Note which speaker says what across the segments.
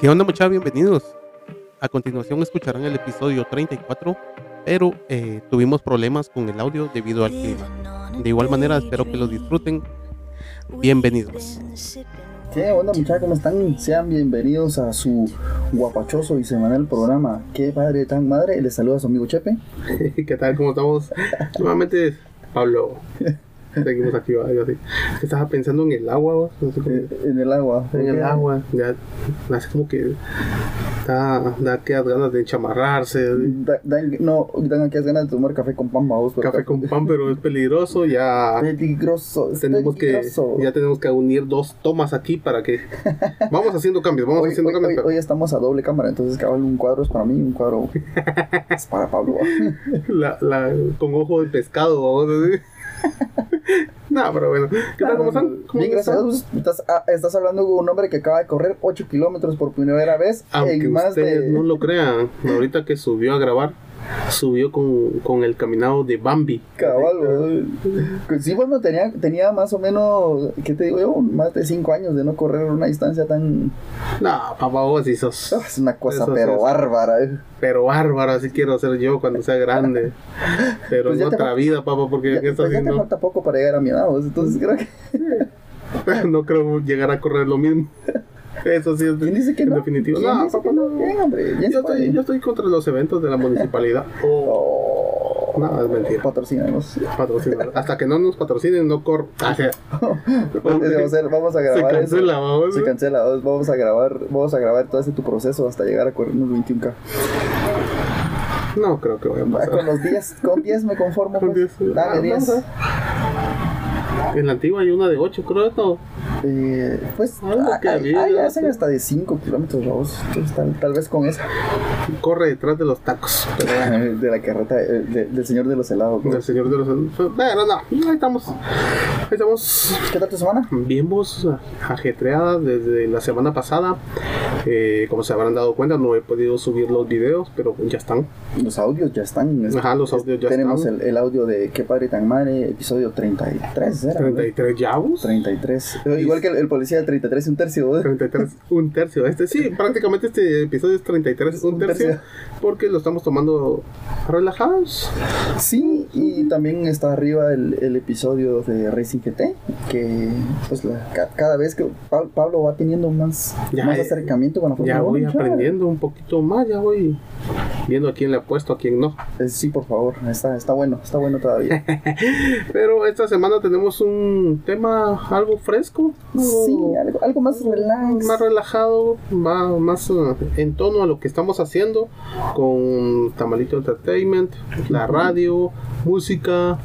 Speaker 1: ¿Qué onda muchachos? Bienvenidos. A continuación escucharán el episodio 34, pero eh, tuvimos problemas con el audio debido al clima. De igual manera espero que lo disfruten. Bienvenidos.
Speaker 2: ¿Qué onda muchachos? ¿Cómo están? Sean bienvenidos a su guapachoso y semanal programa. ¿Qué padre tan madre? Les saluda a su amigo Chepe.
Speaker 3: ¿Qué tal? ¿Cómo estamos? Nuevamente, Pablo. Seguimos aquí, va, algo así. Estaba pensando en el agua, va, no sé cómo-
Speaker 2: Eh, En el agua.
Speaker 3: en el agua. Ya, hace como que da, da aquellas ganas de chamarrarse.
Speaker 2: Da- dan- no, dan aquellas ganas de tomar café con pan, vamos. pero-
Speaker 3: Café con pan, pero es peligroso. Ya
Speaker 2: Peligroso. es
Speaker 3: tenemos que
Speaker 2: peligroso.
Speaker 3: ya tenemos que unir dos tomas aquí para que vamos haciendo cambios, vamos
Speaker 2: Hoy,
Speaker 3: haciendo
Speaker 2: hoy-
Speaker 3: cambios.
Speaker 2: hoy-
Speaker 3: pero-
Speaker 2: hoy estamos a doble cámara, entonces cabal un cuadro es para mí, un cuadro es para Pablo.
Speaker 3: La, la, con ojo de pescado. vamos así. no, pero bueno. ¿Qué tal? ¿Cómo están? ¿Cómo
Speaker 2: Ah, Bien, gracias. a
Speaker 3: están?
Speaker 2: Dios, Estás, ah, estás hablando con un hombre que acaba de correr 8 kilómetros por primera vez
Speaker 3: Aunque
Speaker 2: en más
Speaker 3: ustedes
Speaker 2: de...
Speaker 3: no lo crean, ahorita que subió a grabar, subió con, con el caminado de Bambi.
Speaker 2: Cabal, weón. Que Sí, bueno, tenía, tenía más o menos, ¿qué te digo yo? Más de 5 años de no correr una distancia tan...
Speaker 3: No, papá, vos sí sos.
Speaker 2: Ah, Es una cosa
Speaker 3: Eso sí
Speaker 2: pero
Speaker 3: es.
Speaker 2: bárbara. eh.
Speaker 3: Pero bárbaro, así quiero ser yo cuando sea grande. Pero
Speaker 2: Pues ya
Speaker 3: en
Speaker 2: te
Speaker 3: otra
Speaker 2: fal-
Speaker 3: vida, papá, porque
Speaker 2: Ya,
Speaker 3: en esta
Speaker 2: pues ya
Speaker 3: sí
Speaker 2: te
Speaker 3: no,
Speaker 2: falta poco para llegar a mi edad, vos, entonces creo que...
Speaker 3: no creo llegar a correr lo mismo. Eso sí es
Speaker 2: ¿Quién dice que
Speaker 3: en
Speaker 2: no?
Speaker 3: definitivo.
Speaker 2: ¿Quién
Speaker 3: No,
Speaker 2: dice
Speaker 3: papá,
Speaker 2: que no?
Speaker 3: no.
Speaker 2: Bien, hombre, bien se
Speaker 3: Yo
Speaker 2: puede.
Speaker 3: estoy, yo estoy contra los eventos de la municipalidad. Oh,
Speaker 2: Oh,
Speaker 3: no, es mentira.
Speaker 2: patrocínanos.
Speaker 3: Patrocinar. Hasta que no nos patrocinen, no corro. Ah, sí.
Speaker 2: Entonces, pues, vamos a hacer- vamos a
Speaker 3: Se
Speaker 2: grabar eso.
Speaker 3: cancela, vamos.
Speaker 2: Se cancela, vamos- vamos a grabar, vamos a grabar todo ese tu proceso hasta llegar a correr unos 21k.
Speaker 3: No creo que vaya
Speaker 2: Ah,
Speaker 3: a
Speaker 2: Con
Speaker 3: pasar.
Speaker 2: los 10, con 10 me conformo.
Speaker 3: Con
Speaker 2: pues.
Speaker 3: 10.
Speaker 2: Dale,
Speaker 3: Ah,
Speaker 2: 10.
Speaker 3: vamos En la antigua hay una de 8, creo. ¿no?
Speaker 2: Eh, pues
Speaker 3: Algo
Speaker 2: ah,
Speaker 3: que
Speaker 2: ah,
Speaker 3: había,
Speaker 2: ah,
Speaker 3: ¿no?
Speaker 2: ya hacen hasta de 5 kilómetros, vamos. Entonces, tal, tal vez con esa.
Speaker 3: Corre detrás de los tacos.
Speaker 2: Pero, eh, de la carreta eh, de- del señor de los helados. ¿no?
Speaker 3: Del Señor de los Pero no, ahí estamos. Ahí estamos.
Speaker 2: ¿Qué tal tu semana?
Speaker 3: Bien vos, ajetreada desde la semana pasada. Eh, como se habrán dado cuenta, no he podido subir los videos, pero ya están.
Speaker 2: Los audios ya están. es-
Speaker 3: Ajá, los audios ya
Speaker 2: Tenemos
Speaker 3: están.
Speaker 2: El, el audio de Qué padre tan madre, episodio 33, ¿era? ¿no?
Speaker 3: 33 llavos.
Speaker 2: 33. Eh, Igual que el, el policía de 33 y un tercio. ¿eh? ¿no?
Speaker 3: 33, un tercio. Este sí, prácticamente este episodio es 33, un
Speaker 2: Un
Speaker 3: tercio,
Speaker 2: tercio.
Speaker 3: porque lo estamos tomando relajados.
Speaker 2: Ah, Sí, y también está arriba el, el episodio de Racing GT, que pues la- ca- cada vez que Pa- Pablo va teniendo más,
Speaker 3: Ya,
Speaker 2: más
Speaker 3: eh,
Speaker 2: acercamiento con la Fórmula
Speaker 3: Ya voy
Speaker 2: Uno, chaval.
Speaker 3: aprendiendo un poquito más, ya voy viendo a quién le apuesto, a quién no.
Speaker 2: Eh, sí, por favor, está, está bueno, está bueno todavía.
Speaker 3: Pero esta semana tenemos un tema algo fresco, algo
Speaker 2: sí, algo, algo más relax.
Speaker 3: más relajado, más, más eh, en tono a lo que estamos haciendo con Tamalito Entertainment, la radio, música.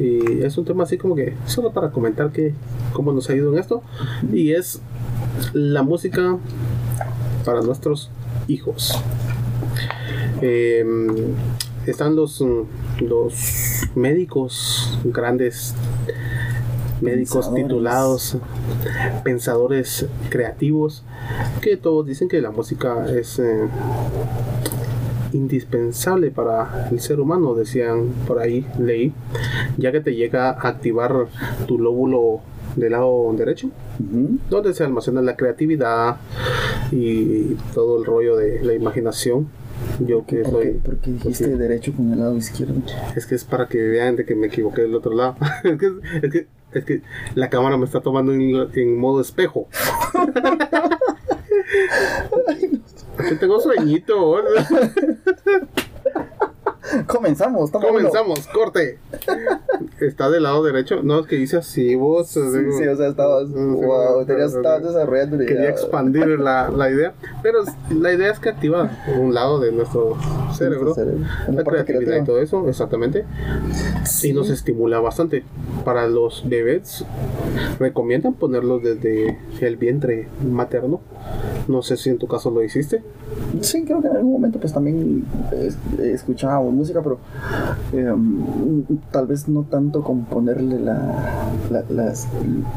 Speaker 3: Y es un tema así como que solo para comentar que cómo nos ha ido en esto. Y es la música para nuestros hijos. Eh, están los, mm, los médicos grandes, médicos
Speaker 2: Pensadores.
Speaker 3: titulados, pensadores creativos, que todos dicen que la música es eh, indispensable para el ser humano, decían por ahí, leí, ya que te llega a activar tu lóbulo del lado derecho
Speaker 2: Ujú.
Speaker 3: donde se almacena la creatividad y todo el rollo de la imaginación. Yo que
Speaker 2: ¿Por qué,
Speaker 3: soy,
Speaker 2: por qué dijiste
Speaker 3: sí.
Speaker 2: derecho con el lado izquierdo?
Speaker 3: es que es para que vean de que me equivoqué del otro lado. es, que, es, que, es que la cámara me está tomando en, en modo espejo. Que tengo sueñito. ¿verdad?
Speaker 2: Comenzamos, estamos
Speaker 3: Comenzamos, corte. Está del lado derecho. No, es que hice así vos.
Speaker 2: hablando. Sí, sí, o sea, estabas,
Speaker 3: Sí, sí,
Speaker 2: wow, tenías, estabas desarrollando la
Speaker 3: quería
Speaker 2: idea.
Speaker 3: expandir la, la idea, pero s- la idea es que activa un lado de nuestro cerebro,
Speaker 2: En
Speaker 3: la
Speaker 2: la parte
Speaker 3: creatividad y
Speaker 2: creativa.
Speaker 3: todo eso, exactamente, y nos estimula bastante. Para los bebés, recomiendan ponerlos desde el vientre materno. No sé si en tu caso lo hiciste.
Speaker 2: Sí, creo que en algún momento pues también eh, eh, escuchábamos música, pero eh, mm, tal vez no tanto con ponerle la, la- las,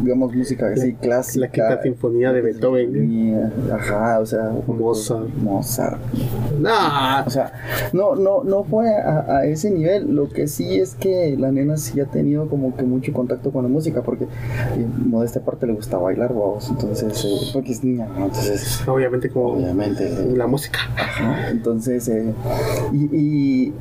Speaker 2: digamos, música así clásica.
Speaker 3: La quinta sinfonía de Beethoven.
Speaker 2: Sinfonía, Ajá, o sea, un poquito
Speaker 3: Mozart.
Speaker 2: Mozart.
Speaker 3: ¡Nah!
Speaker 2: O sea, no, no, no fue a, a ese nivel. Lo que sí es que la nena sí ha tenido como que mucho contacto con la música, porque eh, modesta parte le gusta bailar, vamos. Entonces, eh, porque es niña, ¿no? Entonces,
Speaker 3: Obviamente como
Speaker 2: obviamente. eh,
Speaker 3: la música.
Speaker 2: Ajá, Entonces, eh, y, y,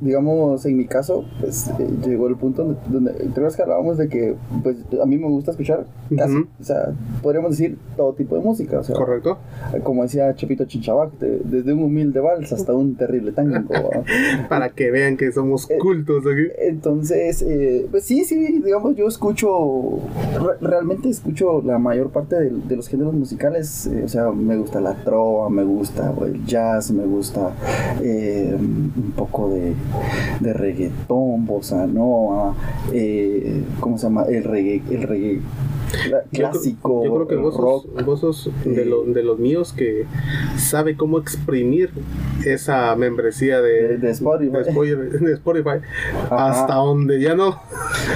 Speaker 2: digamos, en mi caso, pues eh, llegó el punto donde, donde ¿te acuerdas que hablábamos de que pues a mí me gusta escuchar casi,
Speaker 3: Ujú.
Speaker 2: o sea, podríamos decir todo tipo de música, o sea,
Speaker 3: Correcto.
Speaker 2: como decía Chepito Chinchabac, de- desde un humilde vals hasta un terrible tango. ¿va?
Speaker 3: Para que vean que somos
Speaker 2: Eh,
Speaker 3: cultos aquí.
Speaker 2: Entonces, eh, pues sí, sí, digamos, yo escucho, re- realmente escucho la mayor parte de, de los géneros musicales, eh, o sea, me gusta la trova, me gusta el jazz, me gusta eh, un poco de, de reggaetón, bossa nova, eh, ¿cómo se llama? El reggae, el reggae cla-
Speaker 3: Yo creo-
Speaker 2: clásico,
Speaker 3: Yo creo que
Speaker 2: el
Speaker 3: vos
Speaker 2: rock.
Speaker 3: sos, vos sos de,
Speaker 2: eh,
Speaker 3: lo- de los míos que sabe cómo exprimir esa membresía de,
Speaker 2: De, de Spotify.
Speaker 3: de Spotify, de Spotify
Speaker 2: Ajá.
Speaker 3: hasta donde ya no.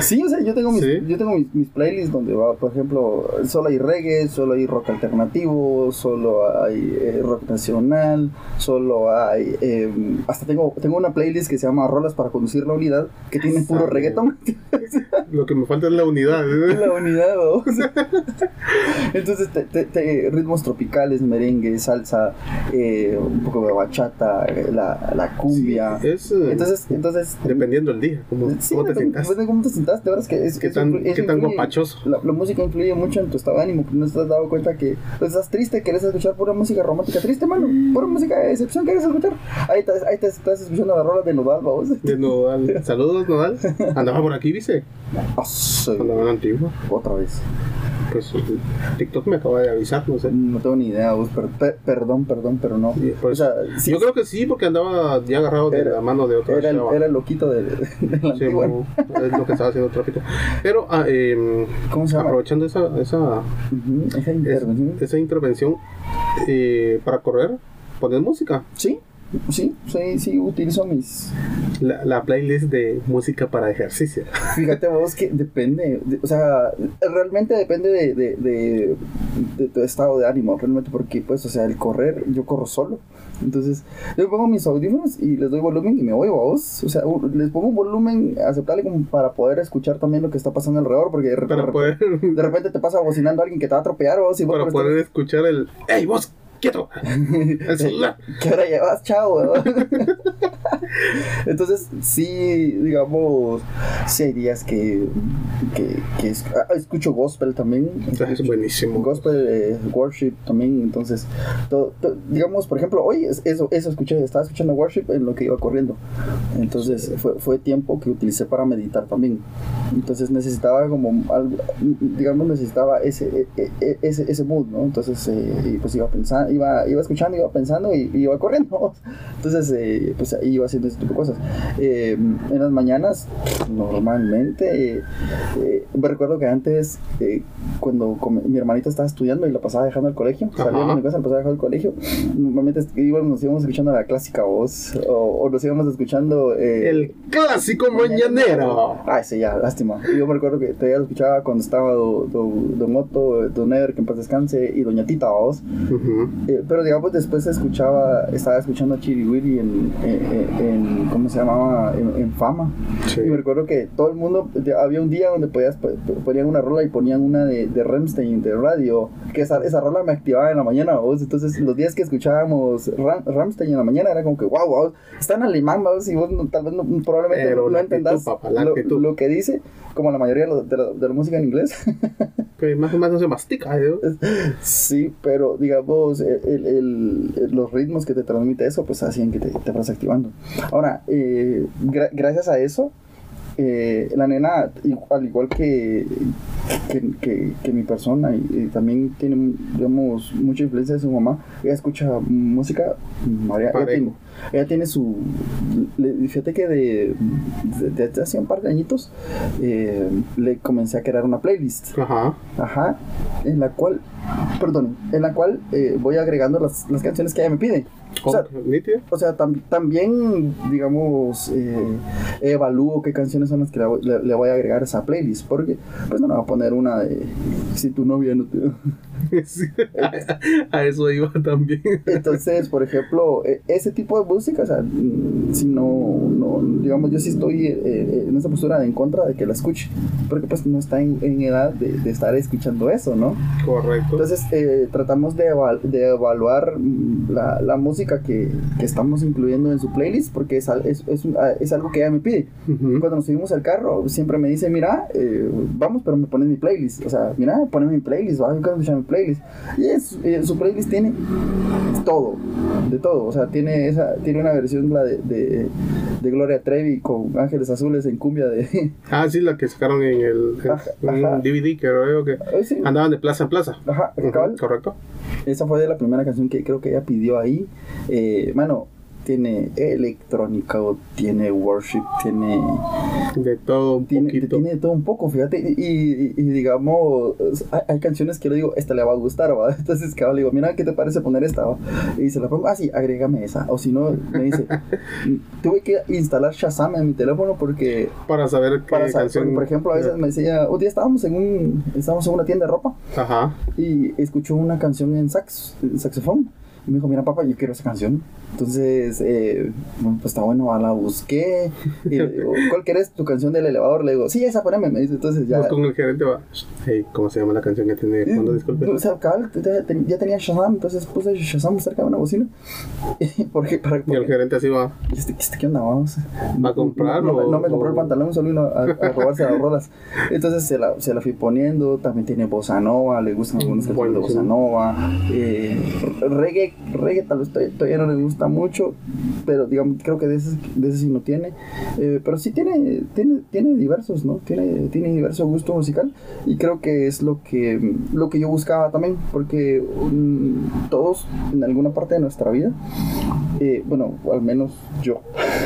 Speaker 2: Sí, o sea, yo tengo mis,
Speaker 3: Sí.
Speaker 2: yo tengo mis, mis playlists donde va, por ejemplo, solo hay reggae, solo hay rock alternativo, solo hay eh, rock nacional, solo hay... eh, hasta tengo, tengo una playlist que se llama Rolas para conducir la unidad, que tiene puro
Speaker 3: Sabe.
Speaker 2: reggaetón
Speaker 3: Lo que me falta es la unidad.
Speaker 2: en la unidad. ¿no? O sea, Entonces, te- te- te- ritmos tropicales, merengue, salsa, eh, un poco de bachata, eh, la, la cumbia.
Speaker 3: Es, eh,
Speaker 2: Entonces, entonces...
Speaker 3: dependiendo del día, cómo,
Speaker 2: Sí,
Speaker 3: cómo te
Speaker 2: depende-
Speaker 3: sientas.
Speaker 2: depende de ¿Cómo te sientas? De verdad es que es,
Speaker 3: Qué
Speaker 2: eso
Speaker 3: tan,
Speaker 2: influ- eso
Speaker 3: qué tan
Speaker 2: influye-
Speaker 3: guapachoso.
Speaker 2: la, la música influye mucho en tu estado de ánimo, que no te has dado cuenta que pues, estás triste, querés escuchar pura música romántica triste, mano, pura música de decepción querés escuchar. Ahí, te- ahí te estás escuchando las rolas de Nodal, vamos.
Speaker 3: De Nodal. Saludos, Nodal. Andaba por aquí, dice.
Speaker 2: Ah, sí.
Speaker 3: Andaba en Antigua.
Speaker 2: Otra vez.
Speaker 3: Pues TikTok me acaba de avisar, no sé.
Speaker 2: No tengo ni idea, vos, per- per- perdón, perdón, pero no.
Speaker 3: Sí, por
Speaker 2: O sea, sí,
Speaker 3: Yo creo que sí, porque andaba ya agarrado de
Speaker 2: Era-
Speaker 3: la mano de otra
Speaker 2: era, el,
Speaker 3: chava.
Speaker 2: era el loquito de, de la
Speaker 3: Sí,
Speaker 2: antigua.
Speaker 3: bueno, es lo que estaba haciendo el tráfico. Pero ah, eh,
Speaker 2: ¿Cómo se llama?
Speaker 3: aprovechando esa, esa,
Speaker 2: Ujú, esa
Speaker 3: es-
Speaker 2: intervención.
Speaker 3: esa intervención eh, para correr, poner música.
Speaker 2: Sí, sí, sí, sí, utilizo mis,
Speaker 3: La, la playlist de música para ejercicio.
Speaker 2: Fíjate vos que depende, de- o sea, realmente depende de, de- de- de tu estado de ánimo, realmente, porque pues, o sea, el correr, yo corro solo. Entonces, yo pongo mis audífonos y les doy volumen y me voy a vos. O sea, un- les pongo un volumen aceptable como para poder escuchar también lo que está pasando alrededor, porque de, re- de
Speaker 3: Para
Speaker 2: re-
Speaker 3: poder,
Speaker 2: de repente te pasa bocinando a alguien que te va a atropellar vos y vos
Speaker 3: para
Speaker 2: por
Speaker 3: poder escuchar el. ¡Ey, vos! ¡Quieto! El celular.
Speaker 2: Eh, ¿Qué hora llevas, chao? weón? Entonces, sí, digamos, sí hay días que, que, que es- ah, escucho gospel también.
Speaker 3: Es
Speaker 2: Escucho
Speaker 3: buenísimo.
Speaker 2: Gospel eh, worship también, entonces, to- to- digamos, por ejemplo, hoy es- eso, eso escuché, estaba escuchando worship en lo que iba corriendo. Entonces, fue, fue tiempo que utilicé para meditar también. Entonces, necesitaba como, algo, digamos, necesitaba ese, e- e- ese, ese mood, ¿no? Entonces, eh, y pues iba pensando, iba, iba escuchando, iba pensando y, y iba corriendo. Entonces, eh, pues ahí iba haciendo ese tipo de cosas. Eh, en las mañanas, normalmente, eh, eh, me recuerdo que antes, eh, cuando come- mi hermanita estaba estudiando y la pasaba dejando al colegio,
Speaker 3: Ajá.
Speaker 2: salíamos de casa, la pasaba dejando al colegio, normalmente est- íbamos, nos íbamos escuchando la clásica voz, o, o nos íbamos escuchando... eh,
Speaker 3: El clásico mañanero.
Speaker 2: Ay, sí, ya, lástima. Yo me recuerdo que todavía lo escuchaba cuando estaba do- do- Don Otto, Don Ever, que en paz descanse, y Doña Tita, vos.
Speaker 3: Ujú.
Speaker 2: Eh, pero digamos, después escuchaba, estaba escuchando a Chiri Willy en, en- en- ¿cómo se llamaba? En, en Fama.
Speaker 3: Sí.
Speaker 2: Y me recuerdo que todo el mundo, de- había un día donde podías, po- po- ponían una rola y ponían una de, de Ramstein, de radio, que esa, esa rola me activaba en la mañana, vos. Entonces, los días que escuchábamos Ram, Ramstein en la mañana era como que, wow, wow, está en alemán, vos, y vos no- tal vez no- probablemente
Speaker 3: Pero
Speaker 2: no
Speaker 3: la actitud,
Speaker 2: entendás
Speaker 3: papá, la
Speaker 2: lo,
Speaker 3: actitud.
Speaker 2: lo que dice, como la mayoría de, lo- de la, de la música en inglés.
Speaker 3: Que más o menos se mastica. ¿eh?
Speaker 2: Sí, pero digamos, el- el- el- los ritmos que te transmite eso, pues hacían que te, te vas activando. Ahora, eh, gra- gracias a eso, eh, la nena, i- al igual que, que, que- que mi persona, y, y también tiene, digamos, mucha influencia de su mamá, ella escucha música, María, ella,
Speaker 3: Parejo.
Speaker 2: tiene, ella tiene su, le- fíjate que de, de- de hace un par de añitos, eh, le comencé a crear una playlist.
Speaker 3: Ajá.
Speaker 2: Ajá, en la cual, perdón, en la cual eh, voy agregando las, las canciones que ella me pide. O sea,
Speaker 3: ¿Nítido?
Speaker 2: O sea, tam- también, digamos, eh, evalúo qué canciones son las que la voy- le, le voy a agregar a esa playlist, porque pues no le voy a poner una de si tu novia no te...
Speaker 3: Sí. A eso iba también.
Speaker 2: Entonces, por ejemplo, e- ese tipo de música, o sea, mm, si no, no, no, digamos, yo sí estoy eh, eh, en esa postura en contra de que la escuche, porque pues no está en, en edad de, de estar escuchando eso, ¿no?
Speaker 3: Correcto.
Speaker 2: Entonces eh, tratamos de, eval- de evaluar mm, la, la música que, que estamos incluyendo en su playlist porque es, al- es, es un- ah, es algo que ella me pide.
Speaker 3: Ujú.
Speaker 2: Cuando nos subimos al carro siempre me dice, mira, eh, vamos, pero me pones mi playlist. O sea, mira, poneme mi playlist, va, yo quiero escuchar mi playlist. Y es- eh, su playlist tiene todo, de todo. O sea, tiene, esa, tiene una versión la de, de, de Gloria Trevi con Ángeles Azules en cumbia de...
Speaker 3: Ah, sí, la que sacaron en el en
Speaker 2: Ajá,
Speaker 3: un
Speaker 2: ajá.
Speaker 3: DVD, creo yo, que
Speaker 2: Eh, sí,
Speaker 3: andaban de plaza en plaza.
Speaker 2: ajá,
Speaker 3: Ujú,
Speaker 2: cabal.
Speaker 3: Correcto.
Speaker 2: Esa fue de la primera canción que creo que ella pidió ahí. Eh, mano, tiene electrónica, o tiene worship, tiene,
Speaker 3: De todo un
Speaker 2: tiene,
Speaker 3: poquito.
Speaker 2: tiene de todo un poco, fíjate. Y, y- y digamos, hay, hay canciones que yo le digo, esta le va a gustar, ¿va? Entonces, cabrón, le digo, mira, ¿qué te parece poner esta? va?" Y se la pongo, ah, sí, agrégame esa. O si no, me dice, tuve que instalar Shazam en mi teléfono porque
Speaker 3: Para saber qué
Speaker 2: para saber,
Speaker 3: canción.
Speaker 2: por ejemplo, a veces me decía, un día estábamos en, un, estábamos en una tienda de ropa
Speaker 3: Ajá.
Speaker 2: y escuchó una canción en, sax, en saxofón. Y me dijo, mira papá, yo quiero esa canción. Entonces, eh, bueno, pues está bueno, la busqué. Y le digo, ¿cuál querés? Tu canción del elevador. Le digo, sí, esa poneme. Me dice, entonces ya...
Speaker 3: Vos con el gerente va. Hey, ¿Cómo se llama la canción que tiene de fondo? Disculpe.
Speaker 2: O sea, cabal, te- te- te- ya tenía Shazam, entonces puse Shazam cerca de una bocina. Porque, para,
Speaker 3: Y el
Speaker 2: porque
Speaker 3: gerente así va.
Speaker 2: ¿Y este, este qué onda, vamos?
Speaker 3: ¿Va a comprar
Speaker 2: No, no,
Speaker 3: o-
Speaker 2: no me compró el
Speaker 3: o-
Speaker 2: pantalón, solo vino a, a robarse las rolas. Entonces se la, se la fui poniendo, también tiene bossa nova, le gustan algunas canciones de
Speaker 3: Bueno, sí.
Speaker 2: bossa nova. eh, reggae, reggae tal vez to- todavía no le gusta mucho, pero digamos, creo que de ese, de ese sí no tiene. Eh, pero sí tiene, tiene, tiene diversos, ¿no? Tiene, tiene diverso gusto musical y creo que es lo que, lo que yo buscaba también, porque mm, todos en alguna parte de nuestra vida eh, bueno, o al menos yo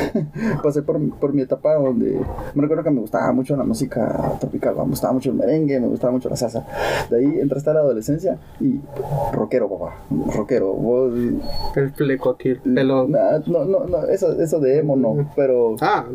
Speaker 2: pasé por, por mi etapa donde me recuerdo que me gustaba mucho la música tropical, me gustaba mucho el merengue, me gustaba mucho la salsa. De ahí entraste a la adolescencia y rockero, papá, rockero. Vos,
Speaker 3: El fleco aquí, el pelo.
Speaker 2: Nah, no, no, no, eso, eso de emo no, pero.
Speaker 3: Ah,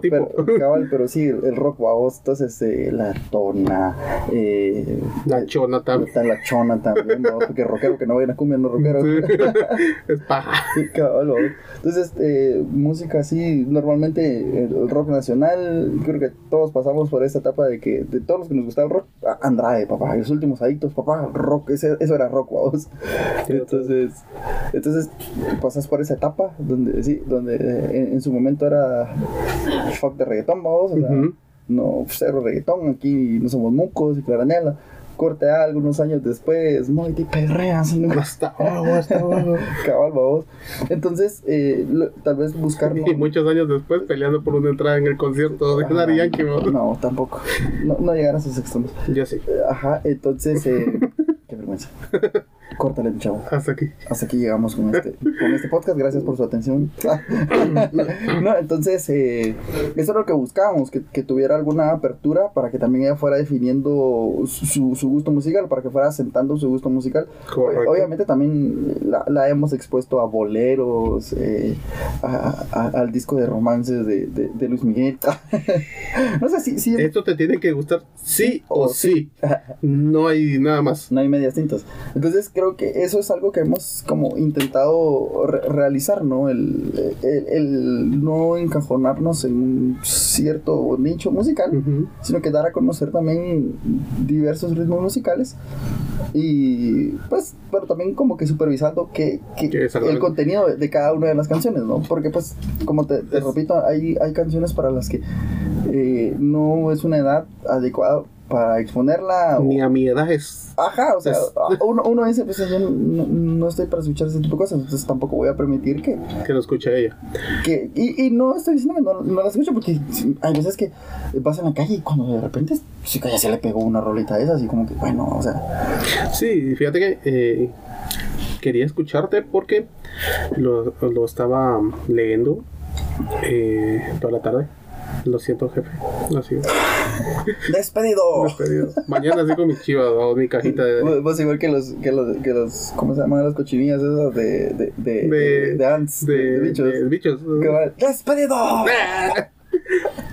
Speaker 2: pero-
Speaker 3: tipo.
Speaker 2: pero, cabal, pero sí, el, el rock, babos, entonces eh, la tona, eh,
Speaker 3: la chona también.
Speaker 2: está la chona también, ¿no? porque rockero que no vaya a cumbia, no rockero.
Speaker 3: es paja.
Speaker 2: Sí, cabal, bro. Entonces, eh, música así, normalmente el, el rock nacional, creo que todos pasamos por esta etapa de que de todos los que nos gustaba el rock, a- Andrade, papá, los últimos adictos, papá, rock, ese- eso era rock, vamos. Entonces, entonces pasas por esa etapa donde, sí, donde eh, en, en su momento era fuck de reggaetón, vamos, o sea,
Speaker 3: Ujú.
Speaker 2: no, cero reggaetón, aquí no somos mucos y claranela. Corte A, algunos años después, muy de perreas, ¿no?
Speaker 3: Hasta abajo, hasta abajo.
Speaker 2: Cabal, babos. Entonces, eh, lo- tal vez buscar.
Speaker 3: Y muchos años después peleando por una entrada en el concierto de Daddy Yankee. ¿no?
Speaker 2: No, tampoco. No, no llegar a esos extremos.
Speaker 3: Yo sí,
Speaker 2: Eh, Ajá, entonces. eh, qué vergüenza. Córtale, mi chavo.
Speaker 3: hasta aquí.
Speaker 2: Hasta aquí llegamos con este, con este podcast. Gracias por su atención. no, entonces, eh, eso es lo que buscábamos: que, que tuviera alguna apertura para que también ella fuera definiendo su, su gusto musical, para que fuera sentando su gusto musical.
Speaker 3: Correcto.
Speaker 2: Obviamente también la, la hemos expuesto a boleros, eh, a- a- al disco de romances de, de, de Luis Miguel. no sé si... si
Speaker 3: Esto te tiene que gustar sí o sí. No hay nada más.
Speaker 2: No hay medias tintas. Entonces creo que eso es algo que hemos como intentado re- realizar, ¿no? El, el- el no encajonarnos en un cierto nicho musical,
Speaker 3: Ujú.
Speaker 2: sino que dar a conocer también diversos ritmos musicales y pues pero también como que supervisando que, que
Speaker 3: Que salgan.
Speaker 2: el contenido de, de cada una de las canciones no porque pues como te, te
Speaker 3: Es-
Speaker 2: repito hay, hay canciones para las que eh, no es una edad adecuada para exponerla o-
Speaker 3: Ni a mi edad es.
Speaker 2: Ajá, o sea,
Speaker 3: Es-
Speaker 2: a- uno, uno dice, pues yo no, no estoy para escuchar ese tipo de cosas, entonces tampoco voy a permitir que...
Speaker 3: Que lo escuche ella.
Speaker 2: que y, y no estoy diciendo que no, no las escucho, porque sí, hay veces que vas en la calle y cuando de repente, sí que ya se le pegó una rolita de esas y como que, bueno, o sea...
Speaker 3: Sí, fíjate que eh, quería escucharte porque lo, lo estaba leyendo eh, toda la tarde. Lo siento, jefe. Lo siento.
Speaker 2: ¡Despedido!
Speaker 3: Despedido. Mañana así con mi chiva o mi cajita de.
Speaker 2: Vos, vos igual que los, que los, que los, ¿cómo se llaman las cochinillas esas de, de, de, de, de ants, de, de bichos?
Speaker 3: de bichos.
Speaker 2: Que va, ¡Despedido!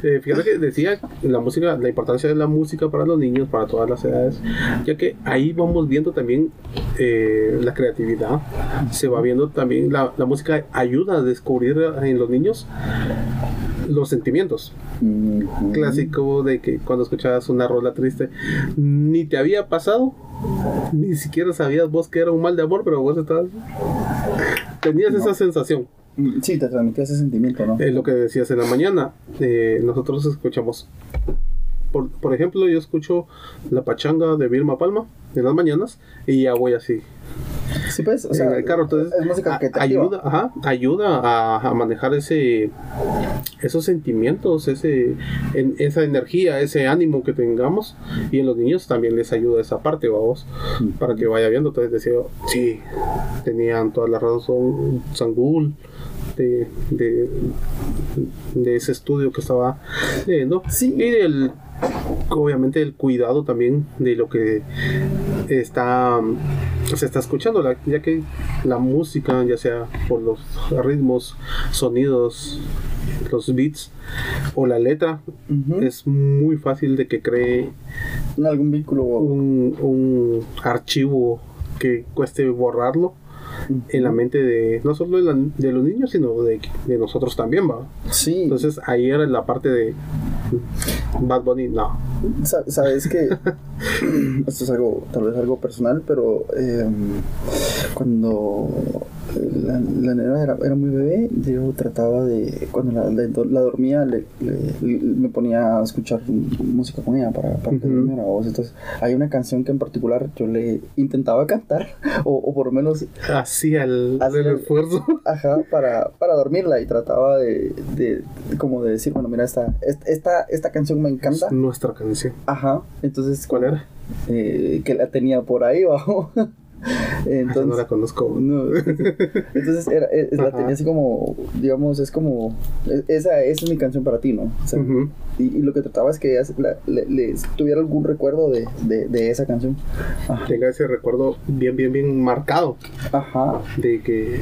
Speaker 3: Eh, fíjate que decía la música, la importancia de la música para los niños, para todas las edades, ya que ahí vamos viendo también eh, la creatividad, eh, se va viendo también la, la música ayuda a descubrir en los niños los sentimientos. Clásico de que cuando escuchabas una rola triste, ni te había pasado, ni siquiera sabías vos que era un mal de amor, pero vos estabas. Tenías
Speaker 2: No.
Speaker 3: esa sensación.
Speaker 2: Mm, Sí, te transmitía ese sentimiento, ¿no?
Speaker 3: Es eh, lo que decías en la mañana. eh, nosotros escuchamos. Por, por ejemplo, yo escucho la pachanga de Vilma Palma en las mañanas y ya voy así.
Speaker 2: Sí, pues, o sea,
Speaker 3: en el carro, entonces
Speaker 2: es música
Speaker 3: a-
Speaker 2: que te activa.
Speaker 3: ayuda, ajá, ayuda a, a manejar ese esos sentimientos, ese en- esa energía, ese ánimo que tengamos y en los niños también les ayuda esa parte, vamos,
Speaker 2: Mm.
Speaker 3: para que vaya viendo. Entonces decía, sí, tenían todas las razón Sangul de, de de ese estudio que estaba leyendo
Speaker 2: Sí.
Speaker 3: y del obviamente el cuidado también de lo que está se está escuchando la- ya que la música ya sea por los ritmos sonidos los beats o la letra
Speaker 2: Ujú.
Speaker 3: es muy fácil de que cree
Speaker 2: Algún vínculo.
Speaker 3: un, un archivo que cueste borrarlo en la mente de no solo de, la- de los niños sino de, de nosotros también va
Speaker 2: Sí.
Speaker 3: entonces ahí era la parte de Bad Bunny no
Speaker 2: Sa- Sabes que esto es algo, tal vez algo personal, pero em, cuando la, la nena era, era muy bebé, yo trataba de, cuando la, la do- la dormía, le- le- le- me ponía a escuchar música con ella para, para que
Speaker 3: Ujú.
Speaker 2: durmiera voz. Entonces, hay una canción que en particular yo le intentaba cantar, o, o por lo menos
Speaker 3: hacía el,
Speaker 2: Hacía
Speaker 3: el
Speaker 2: el-
Speaker 3: esfuerzo
Speaker 2: Ajá, para, para dormirla y trataba de, de- de como de decir, bueno, mira, esta, est- esta, esta canción me encanta.
Speaker 3: Es nuestra canción
Speaker 2: Ajá, entonces
Speaker 3: cuál era
Speaker 2: eh, que la tenía por ahí, bajo.
Speaker 3: Esa no
Speaker 2: Entonces,
Speaker 3: la conozco
Speaker 2: no, entonces era, eh, la
Speaker 3: Ajá.
Speaker 2: tenía así como, digamos, es como, e- esa, esa es mi canción para ti, ¿no? O sea,
Speaker 3: Ujú.
Speaker 2: y, y lo que trataba es que ella se- la- le, le tuviera algún recuerdo de, de, de esa canción. Ajá.
Speaker 3: tenga ese recuerdo bien bien bien marcado
Speaker 2: Ajá.
Speaker 3: de que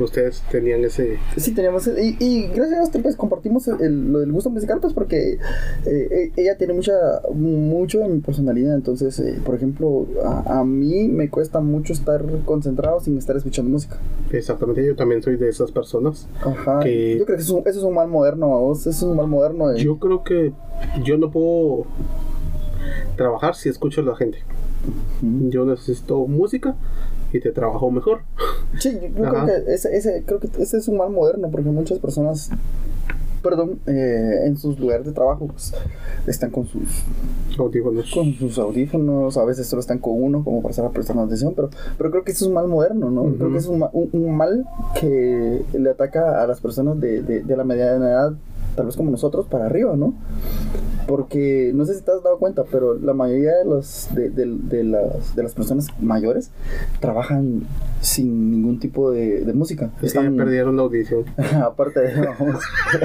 Speaker 3: ustedes tenían ese
Speaker 2: Sí, teníamos. Y, y gracias a usted, pues compartimos el- lo del gusto musical, pues porque eh, eh, ella tiene mucha, mucho de mi personalidad. Entonces, eh, por ejemplo, a, a mí me cuesta mucho estar concentrado sin estar escuchando música.
Speaker 3: exactamente yo también soy de esas personas
Speaker 2: Ajá.
Speaker 3: Que-
Speaker 2: Yo creo que eso, es un- eso es un mal moderno, vos. Eso es un mal moderno. de-
Speaker 3: yo creo que yo no puedo trabajar si escucho a la gente
Speaker 2: Ujú.
Speaker 3: yo necesito música y te trabajo mejor
Speaker 2: Sí, yo, yo
Speaker 3: Ajá.
Speaker 2: creo que ese, ese, creo que ese es un mal moderno porque muchas personas. Perdón, eh, en sus lugares de trabajo pues, están con sus
Speaker 3: audífonos
Speaker 2: con sus audífonos, a veces solo están con uno como para estar prestando atención, pero, pero creo que eso es un mal moderno, ¿no? Creo
Speaker 3: Ujú.
Speaker 2: que es un, ma- un- un mal que le ataca a las personas de, de- de la mediana edad, tal vez como nosotros, para arriba, ¿no? Porque no sé si te has dado cuenta, pero la mayoría de, los, de, de- de las, de las personas mayores trabajan sin ningún tipo de, de música.
Speaker 3: Sí,
Speaker 2: Están-
Speaker 3: perdieron la audición
Speaker 2: Aparte de vamos,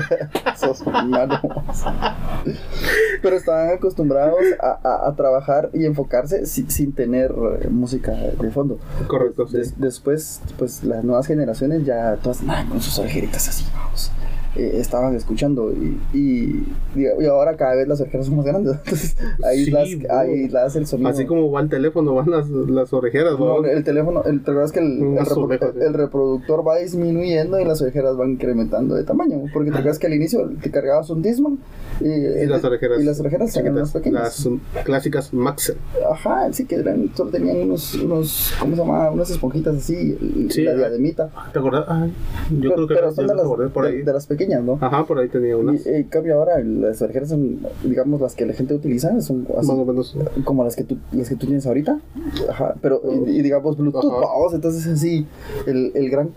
Speaker 2: sos malo. Pero estaban acostumbrados a, a- a trabajar y enfocarse si- sin tener eh, música de fondo.
Speaker 3: correcto sí.
Speaker 2: Des- después, pues las nuevas generaciones ya todas andaban con sus orejeritas así, vamos. Eh, estaban escuchando y, y, diga- y ahora cada vez las orejeras son más grandes. Entonces ahí,
Speaker 3: Sí,
Speaker 2: las,
Speaker 3: bro.
Speaker 2: ahí las el sonido.
Speaker 3: Así como va el teléfono, van las, las orejeras,
Speaker 2: No,
Speaker 3: ¿va?
Speaker 2: el teléfono, el, ¿te acuerdas que el,
Speaker 3: Un
Speaker 2: el repro-
Speaker 3: azulejo, sí.
Speaker 2: el reproductor va disminuyendo y las orejeras van incrementando de tamaño? Porque te acuerdas que al inicio te cargabas un Disman y,
Speaker 3: Y las orejeras.
Speaker 2: y las orejeras eran más
Speaker 3: chiquitas,
Speaker 2: pequeñas.
Speaker 3: Las um, clásicas Maxel.
Speaker 2: Ajá, sí que eran, solo tenían unos, unos, ¿cómo se llama? Unas esponjitas así, y
Speaker 3: Sí,
Speaker 2: la
Speaker 3: ah,
Speaker 2: diademita.
Speaker 3: ¿Te acordás? Ay, yo
Speaker 2: pero
Speaker 3: creo que
Speaker 2: pero
Speaker 3: las-
Speaker 2: son
Speaker 3: yo
Speaker 2: de
Speaker 3: las
Speaker 2: las,
Speaker 3: guardé por
Speaker 2: de-
Speaker 3: ahí. Ah,
Speaker 2: de las pequeñas, ¿no?
Speaker 3: Ajá, por ahí tenía unas.
Speaker 2: Y, eh, en cambio ahora las orejeras son, digamos, las que la gente utiliza, son así
Speaker 3: más o menos.
Speaker 2: como las que tú las que tú tienes ahorita ajá pero y, y digamos Bluetooth oh,
Speaker 3: Ajá.
Speaker 2: vamos, entonces así el, el gran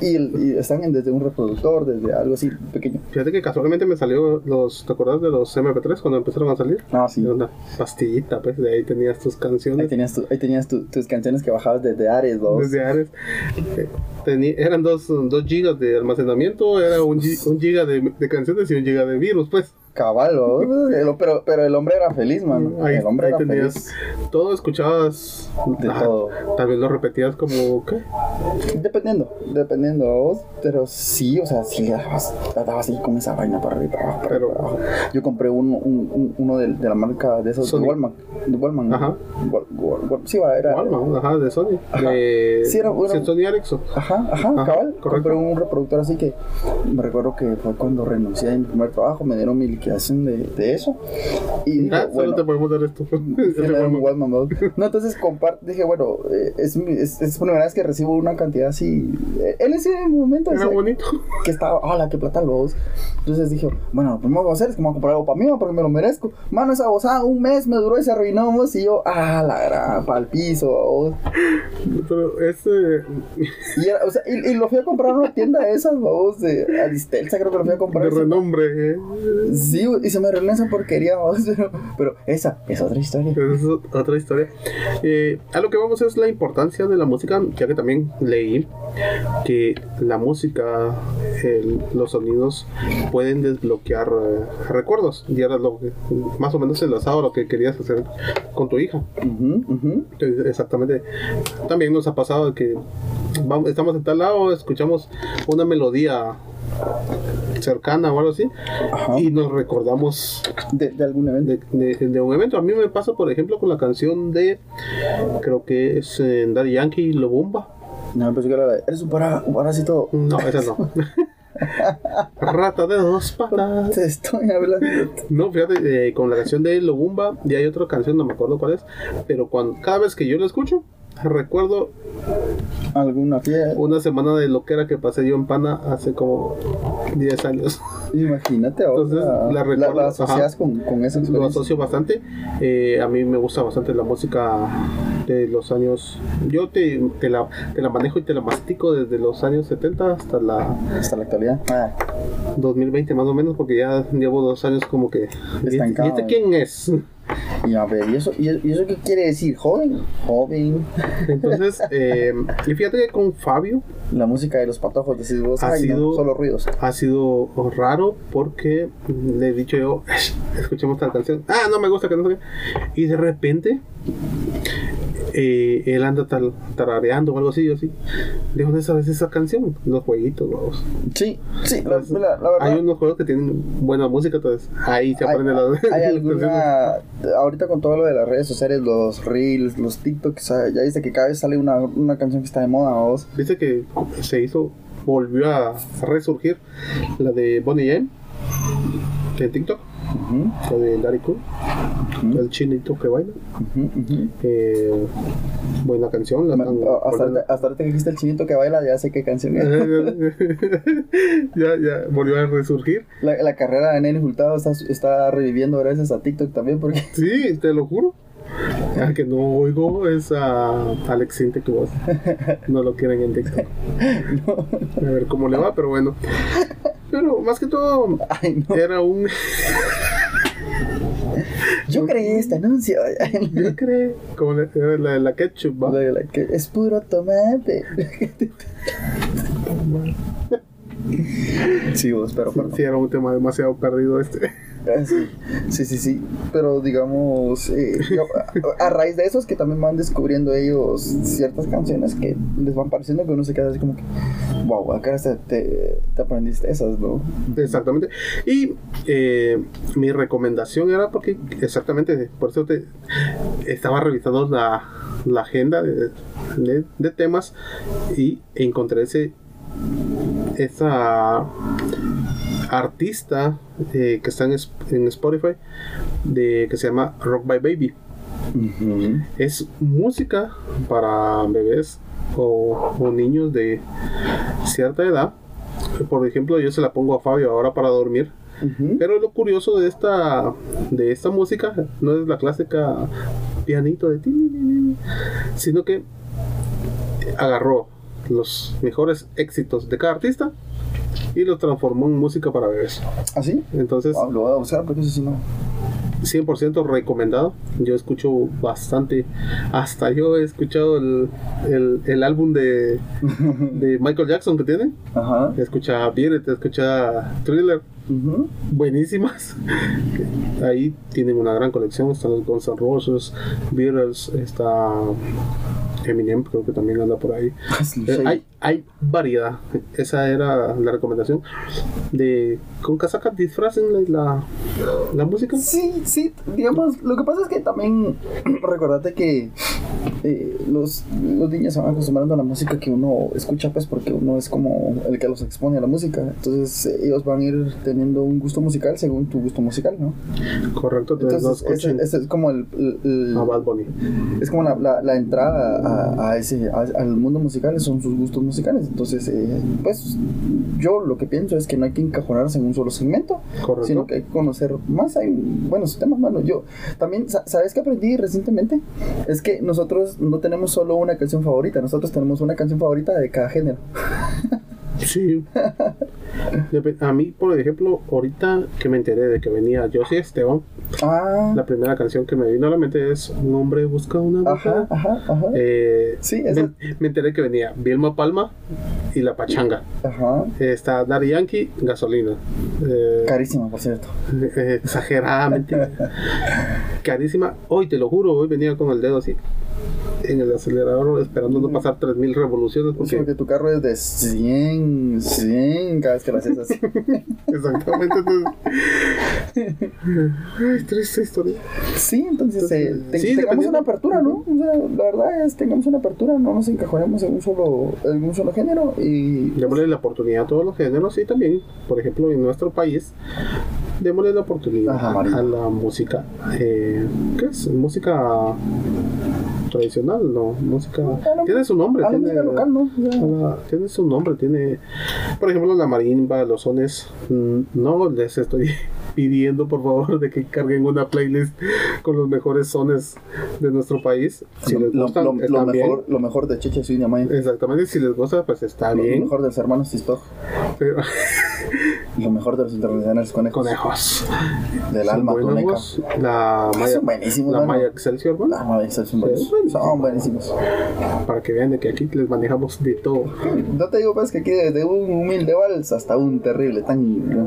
Speaker 2: y, el- y están en- desde un reproductor desde algo así pequeño
Speaker 3: Fíjate que casualmente me salió los. ¿Te acordás de los MP3 cuando empezaron a salir?
Speaker 2: ah sí
Speaker 3: Era Una pastillita, pues de ahí tenías tus
Speaker 2: ahí
Speaker 3: canciones.
Speaker 2: tenías, tu- ahí tenías tu- tus canciones que bajabas desde Ares vamos.
Speaker 3: Desde Ares. Eh, teni- eran 2 dos, dos gigas de almacenamiento, era un, gi- un giga de, de canciones y un giga de virus, pues.
Speaker 2: cabal, ¿no? El- pero, pero el hombre era feliz, mano.
Speaker 3: Ahí,
Speaker 2: el hombre
Speaker 3: ahí
Speaker 2: era
Speaker 3: tenías
Speaker 2: feliz
Speaker 3: todo, escuchabas
Speaker 2: de
Speaker 3: ah,
Speaker 2: todo.
Speaker 3: Tal vez lo repetías como, ¿qué?
Speaker 2: Dependiendo, dependiendo vos, pero sí, o sea, sí le dabas, le dabas ahí con esa vaina para arriba, y para abajo, para arriba, y para abajo. Yo compré uno, un- un- uno de, de la marca de esos, de
Speaker 3: Sony.
Speaker 2: Wallman, de Wallman, ¿no?
Speaker 3: Ajá.
Speaker 2: Wal- Wal- Wal- sí, va, era,
Speaker 3: Walmart, ajá, de Sony.
Speaker 2: Ajá.
Speaker 3: De
Speaker 2: Sí, era bueno.
Speaker 3: sí, Sony Ericsson.
Speaker 2: Ajá, ajá,
Speaker 3: Ajá,
Speaker 2: cabal.
Speaker 3: correcto.
Speaker 2: Compré un reproductor así que me recuerdo que fue cuando renuncié a mi primer trabajo, me dieron mi liquidación de, de eso. Y dije,
Speaker 3: Ah, solo
Speaker 2: bueno,
Speaker 3: te podemos dar esto.
Speaker 2: Sí, me dieron un Walkman, ¿no? No, entonces comparte, dije, bueno, eh, es, mi- es, es primera vez que recibo una cantidad así. eh, En ese momento
Speaker 3: Era
Speaker 2: decía
Speaker 3: bonito.
Speaker 2: que estaba, hola, qué plata los. Entonces dije, bueno, lo primero que voy a hacer es que me voy a comprar algo para mí, porque me lo merezco. Mano, esa gozada un mes me duró y se arruinó, vos, y yo, ah, la gran, pa'l piso, vos.
Speaker 3: Pero ese.
Speaker 2: Y, era- o sea, y, y lo fui a comprar a una tienda de esas, vos, de Alistelsa, creo que lo fui a comprar.
Speaker 3: De renombre. eh.
Speaker 2: Sí, güey, y se me arruinó esa porquería, vos, pero, pero esa es otra historia.
Speaker 3: Esa es otra historia. Eh, a lo que vamos es la importancia de la música, ya que también leí que la música, el- los sonidos pueden desbloquear eh, recuerdos. Y era lo que, más o menos enlazado a lo que querías hacer con tu hija.
Speaker 2: Ujú, ujú.
Speaker 3: Entonces, Exactamente. También nos ha pasado que vamos, estamos en tal lado, escuchamos una melodía cercana o algo así
Speaker 2: Ajá.
Speaker 3: y nos recordamos
Speaker 2: De, de algún evento.
Speaker 3: de, de- de un evento. A mí me pasa, por ejemplo, con la canción de, creo que es eh, Daddy Yankee, Lo Bomba.
Speaker 2: No, pensé que era la de, eres un, para, un parásito.
Speaker 3: No, esa no. Rata de dos patas.
Speaker 2: Te estoy hablando.
Speaker 3: No, fíjate, eh, con la canción de Lobumba, y hay otra canción, no me acuerdo cuál es, pero cuando, cada vez que yo la escucho, recuerdo
Speaker 2: Alguna fiesta.
Speaker 3: una semana de lo que era que pasé yo en Pana hace como 10 años.
Speaker 2: Imagínate
Speaker 3: Entonces,
Speaker 2: ahora.
Speaker 3: la
Speaker 2: La,
Speaker 3: recuerdo,
Speaker 2: la asocias
Speaker 3: ajá.
Speaker 2: con, con esa
Speaker 3: Lo
Speaker 2: experiencia.
Speaker 3: asocio bastante. Eh, a mí me gusta bastante la música de los años. Yo te, te la, te la manejo y te la mastico desde los años 70 hasta la
Speaker 2: Hasta la actualidad. Ah,
Speaker 3: 2020 más o menos, porque ya llevo dos años como que... ¿Y este,
Speaker 2: Estancado.
Speaker 3: y este quién es?
Speaker 2: y a ver, ¿y eso, y, y eso qué quiere decir? Joven. Joven.
Speaker 3: Entonces, eh, y fíjate que con Fabio
Speaker 2: La música de los patojos, decís vos.
Speaker 3: Ha
Speaker 2: ay, no,
Speaker 3: sido-
Speaker 2: solo ruidos.
Speaker 3: ha sido raro porque le he dicho yo, escuchemos tal canción, ah, no me gusta que no sé qué". Y de repente eh, él anda tal, tarareando o algo así, yo así, ¿de dónde sabes esa canción? Los jueguitos, vamos.
Speaker 2: Sí, sí, la, la- la verdad.
Speaker 3: Hay unos juegos que tienen buena música, entonces ahí se aprende
Speaker 2: hay,
Speaker 3: la...
Speaker 2: hay alguna ahorita con todo lo de las redes sociales los reels los tiktoks ah, ya dice que cada vez sale una, una canción que está de moda vos
Speaker 3: Dice que se hizo, volvió a resurgir la de Bonnie M en TikTok,
Speaker 2: Ujú,
Speaker 3: la de Larry Cool,
Speaker 2: ujú,
Speaker 3: el chinito que baila.
Speaker 2: ujú, ujú.
Speaker 3: Eh, buena canción. La
Speaker 2: Me-
Speaker 3: están
Speaker 2: ah, hasta,
Speaker 3: volviendo-
Speaker 2: ahorita- hasta ahorita que dijiste el chinito que baila ya sé qué canción es
Speaker 3: ya, ya volvió a resurgir.
Speaker 2: La, la carrera de Nelly Hurtado está, está reviviendo gracias a TikTok también porque
Speaker 3: Sí, te lo juro. Al que no oigo es a Alex Sinte que vos no lo quieren en TikTok. A ver cómo le va, pero bueno. Pero más que todo
Speaker 2: ay no
Speaker 3: era un
Speaker 2: yo creí este anuncio Ay,
Speaker 3: yo creo como la, era la de la ketchup,
Speaker 2: no.
Speaker 3: ¿va?
Speaker 2: La- la que es puro tomate sí vos pero perdón.
Speaker 3: Sí, era un tema demasiado perdido este.
Speaker 2: Ah, sí. sí, sí, sí. Pero digamos, eh, yo- a, a raíz de eso es que también van descubriendo ellos ciertas canciones que les van pareciendo que uno se queda así como que, wow, acá te, te, te aprendiste esas, ¿no?
Speaker 3: Exactamente. Y eh, mi recomendación era porque, exactamente, por eso te estaba revisando la, la agenda de, de- de temas y encontré ese esa artista eh, que está en, Sp- en Spotify de que se llama Rock by Baby. Es música para bebés o, o niños de cierta edad. Por ejemplo, yo se la pongo a Fabio ahora para dormir.
Speaker 2: Ujú.
Speaker 3: Pero lo curioso de esta de esta música no es la clásica pianito de ti, ni, ni, ni, ni, sino que agarró los mejores éxitos de cada artista y los transformó en música para bebés.
Speaker 2: ¿Así?
Speaker 3: Entonces,
Speaker 2: Wow, ¿Ah, lo voy a usar porque eso sí no.
Speaker 3: 100% recomendado. Yo escucho bastante, hasta yo he escuchado el, el- el álbum de, de Michael Jackson que tiene.
Speaker 2: Ajá.
Speaker 3: Escucha Beat It, escucha Thriller,
Speaker 2: Ujú.
Speaker 3: buenísimas. Ahí tienen una gran colección. Están los Guns N' Roses, Beatles, está Eminem, creo que también anda por ahí.
Speaker 2: Sí,
Speaker 3: Eh,
Speaker 2: sí.
Speaker 3: hay, hay variedad. Esa era la recomendación. De con casacas disfracen la, la música.
Speaker 2: Sí, sí, digamos, lo que pasa es que también recordate que eh, los, los niños se van acostumbrando a la música que uno escucha, pues porque uno es como el que los expone a la música. Entonces eh, ellos van a ir teniendo un gusto musical según tu gusto musical, ¿no?
Speaker 3: Correcto,
Speaker 2: Entonces
Speaker 3: entonces, no
Speaker 2: ese,
Speaker 3: escuchen
Speaker 2: ese es como el, el- el-
Speaker 3: a Ah, Bad Bunny.
Speaker 2: es como la, la- la entrada a, a ese a- al mundo musical son sus gustos musicales. Entonces, eh, pues yo lo que pienso es que no hay que encajonarse en un solo segmento
Speaker 3: Correcto.
Speaker 2: sino que hay que conocer más, hay buenos temas, mano. Yo también, sa- ¿sabes qué aprendí recientemente? Es que nosotros no tenemos solo una canción favorita, nosotros tenemos una canción favorita de cada género.
Speaker 3: Sí. Dep- A mí, por ejemplo, ahorita que me enteré de que venía Josie Esteban,
Speaker 2: Ah,
Speaker 3: la primera canción que me vino a la mente es Un hombre busca una
Speaker 2: ajá,
Speaker 3: mujer.
Speaker 2: ajá, ajá.
Speaker 3: Eh,
Speaker 2: sí,
Speaker 3: me,
Speaker 2: esa,
Speaker 3: me enteré que venía Vilma Palma y La Pachanga.
Speaker 2: ajá.
Speaker 3: Eh, está Daddy Yankee, Gasolina. Eh,
Speaker 2: Carísima, por cierto.
Speaker 3: eh, exageradamente carísima. Hoy, te lo juro, hoy venía con el dedo así en el acelerador esperando no pasar 3000 revoluciones
Speaker 2: Sí,
Speaker 3: porque
Speaker 2: Porque tu carro es de 100, 100 cada vez que lo haces así.
Speaker 3: Exactamente. entonces- Ay, triste historia.
Speaker 2: Sí, entonces eh,
Speaker 3: Entonces,
Speaker 2: te-
Speaker 3: sí,
Speaker 2: tengamos
Speaker 3: dependiendo.
Speaker 2: una apertura, ¿no? O sea, la verdad es, tengamos una apertura, no nos encajonemos en un solo, en un solo género y...
Speaker 3: Démosle la oportunidad a todos los géneros y también, por ejemplo, en nuestro país, démosle la oportunidad
Speaker 2: Ajá,
Speaker 3: a,
Speaker 2: Mario.
Speaker 3: a la música. eh, ¿Qué es? Música tradicional, ¿no? Música...
Speaker 2: A la-
Speaker 3: Tiene su nombre.
Speaker 2: a la
Speaker 3: tiene,
Speaker 2: música local, ¿no? O sea,
Speaker 3: Ah, tiene su nombre, tiene, por ejemplo, la marimba, los sones. Mm, No les estoy pidiendo, por favor, de que carguen una playlist con los mejores sones de nuestro país. Si
Speaker 2: lo,
Speaker 3: les
Speaker 2: lo-
Speaker 3: gustan,
Speaker 2: lo- lo
Speaker 3: están bien.
Speaker 2: mejor, lo mejor de Cheche Suina Maya.
Speaker 3: Exactamente, si les gusta, pues está
Speaker 2: Lo
Speaker 3: bien.
Speaker 2: mejor de los hermanos Tistoj.
Speaker 3: Pero-
Speaker 2: Lo mejor de los internacionales conejos.
Speaker 3: conejos.
Speaker 2: Del
Speaker 3: Son
Speaker 2: alma
Speaker 3: buenos,
Speaker 2: tuneca.
Speaker 3: La Maya,
Speaker 2: Son buenísimos.
Speaker 3: la
Speaker 2: mano.
Speaker 3: Maya Excelsior, bueno,
Speaker 2: La Maya Excelsior son buenos.
Speaker 3: Sí, buenísimos.
Speaker 2: Son buenísimos.
Speaker 3: para que vean de que aquí les manejamos de todo.
Speaker 2: No te digo, pues, que aquí desde un humilde vals hasta un terrible tan.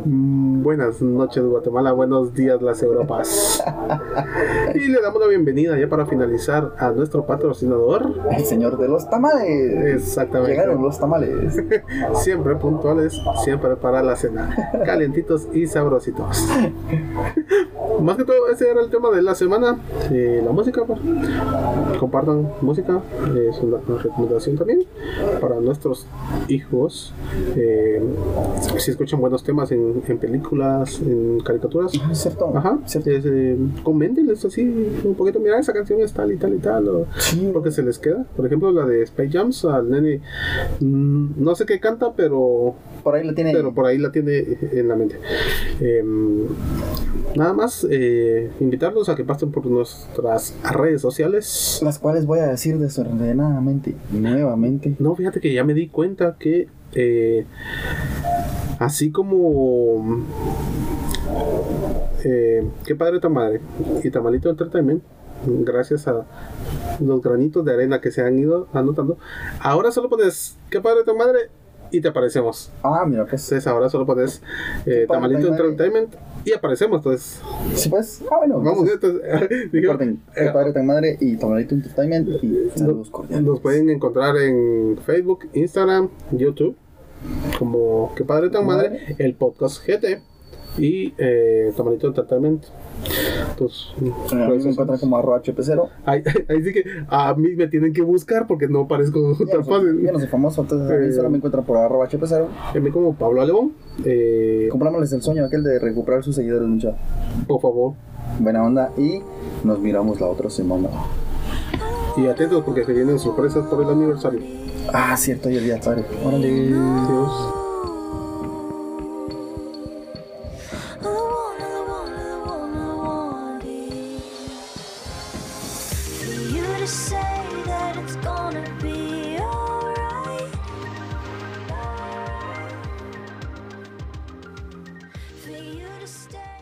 Speaker 3: Mm, Buenas noches Guatemala, buenos días las Europas. Y le damos la bienvenida ya para finalizar a nuestro patrocinador.
Speaker 2: El señor de los tamales.
Speaker 3: Exactamente.
Speaker 2: Llegaron los tamales.
Speaker 3: Siempre puntuales, siempre para la cena. Calentitos y sabrositos. Más que todo, ese era el tema de la semana. eh, la música, pues. compartan música, eh, es una, una recomendación también para nuestros hijos. Eh, si escuchan buenos temas en, en películas, en caricaturas,
Speaker 2: Es ¿Cierto?
Speaker 3: Ajá,
Speaker 2: ¿Cierto?
Speaker 3: es, eh, coméntenles así un poquito, mira, esa canción es tal y tal y tal, o-
Speaker 2: Sí.
Speaker 3: porque se les queda. Por ejemplo, la de Space Jams, al nene, mm, no sé qué canta, pero,
Speaker 2: Por ahí lo tienen.
Speaker 3: pero por ahí la tiene en la mente. Eh, nada más, eh, invitarlos a que pasen por nuestras redes sociales.
Speaker 2: Las cuales voy a decir desordenadamente. Nuevamente.
Speaker 3: No, fíjate que ya me di cuenta que eh, así como eh, qué padre tan madre y Tamalito Entertainment, gracias a los granitos de arena que se han ido anotando, ahora solo pones qué padre tan madre y te aparecemos.
Speaker 2: Ah, mira, pues.
Speaker 3: Entonces ahora solo pones eh,
Speaker 2: Qué padre tan
Speaker 3: Tamalito
Speaker 2: madre.
Speaker 3: Entertainment y aparecemos. Entonces,
Speaker 2: Sí, pues. Ah, bueno.
Speaker 3: vamos,
Speaker 2: entonces,
Speaker 3: entonces, dije,
Speaker 2: Recuerden, el padre tan madre y Tamalito Entertainment y saludos cordiales.
Speaker 3: eh, Nos pueden encontrar en Facebook, Instagram, YouTube, como Que Padre Tan Madre, el podcast GT y eh, Tamalito Entertainment. Entonces,
Speaker 2: A mí
Speaker 3: pues,
Speaker 2: me encuentran como arroba chepecero.
Speaker 3: ahí, ahí sí que a mí me tienen que buscar porque no parezco
Speaker 2: Yo no
Speaker 3: tan
Speaker 2: soy-
Speaker 3: fácil.
Speaker 2: yo no soy famoso, entonces a
Speaker 3: Eh.
Speaker 2: mí solo me encuentran por arroba chepecero.
Speaker 3: A mí como Pablo Alebón, eh,
Speaker 2: Comprámosles el sueño aquel de recuperar sus seguidores, mucha
Speaker 3: por favor,
Speaker 2: buena onda y nos miramos la otra semana.
Speaker 3: y atentos porque se vienen sorpresas por el aniversario.
Speaker 2: Ah, cierto, hoy es día tarde. Órale.
Speaker 3: Adiós.
Speaker 4: I want, I want, I want, I want it. For you to say that it's gonna be alright. For you to stay.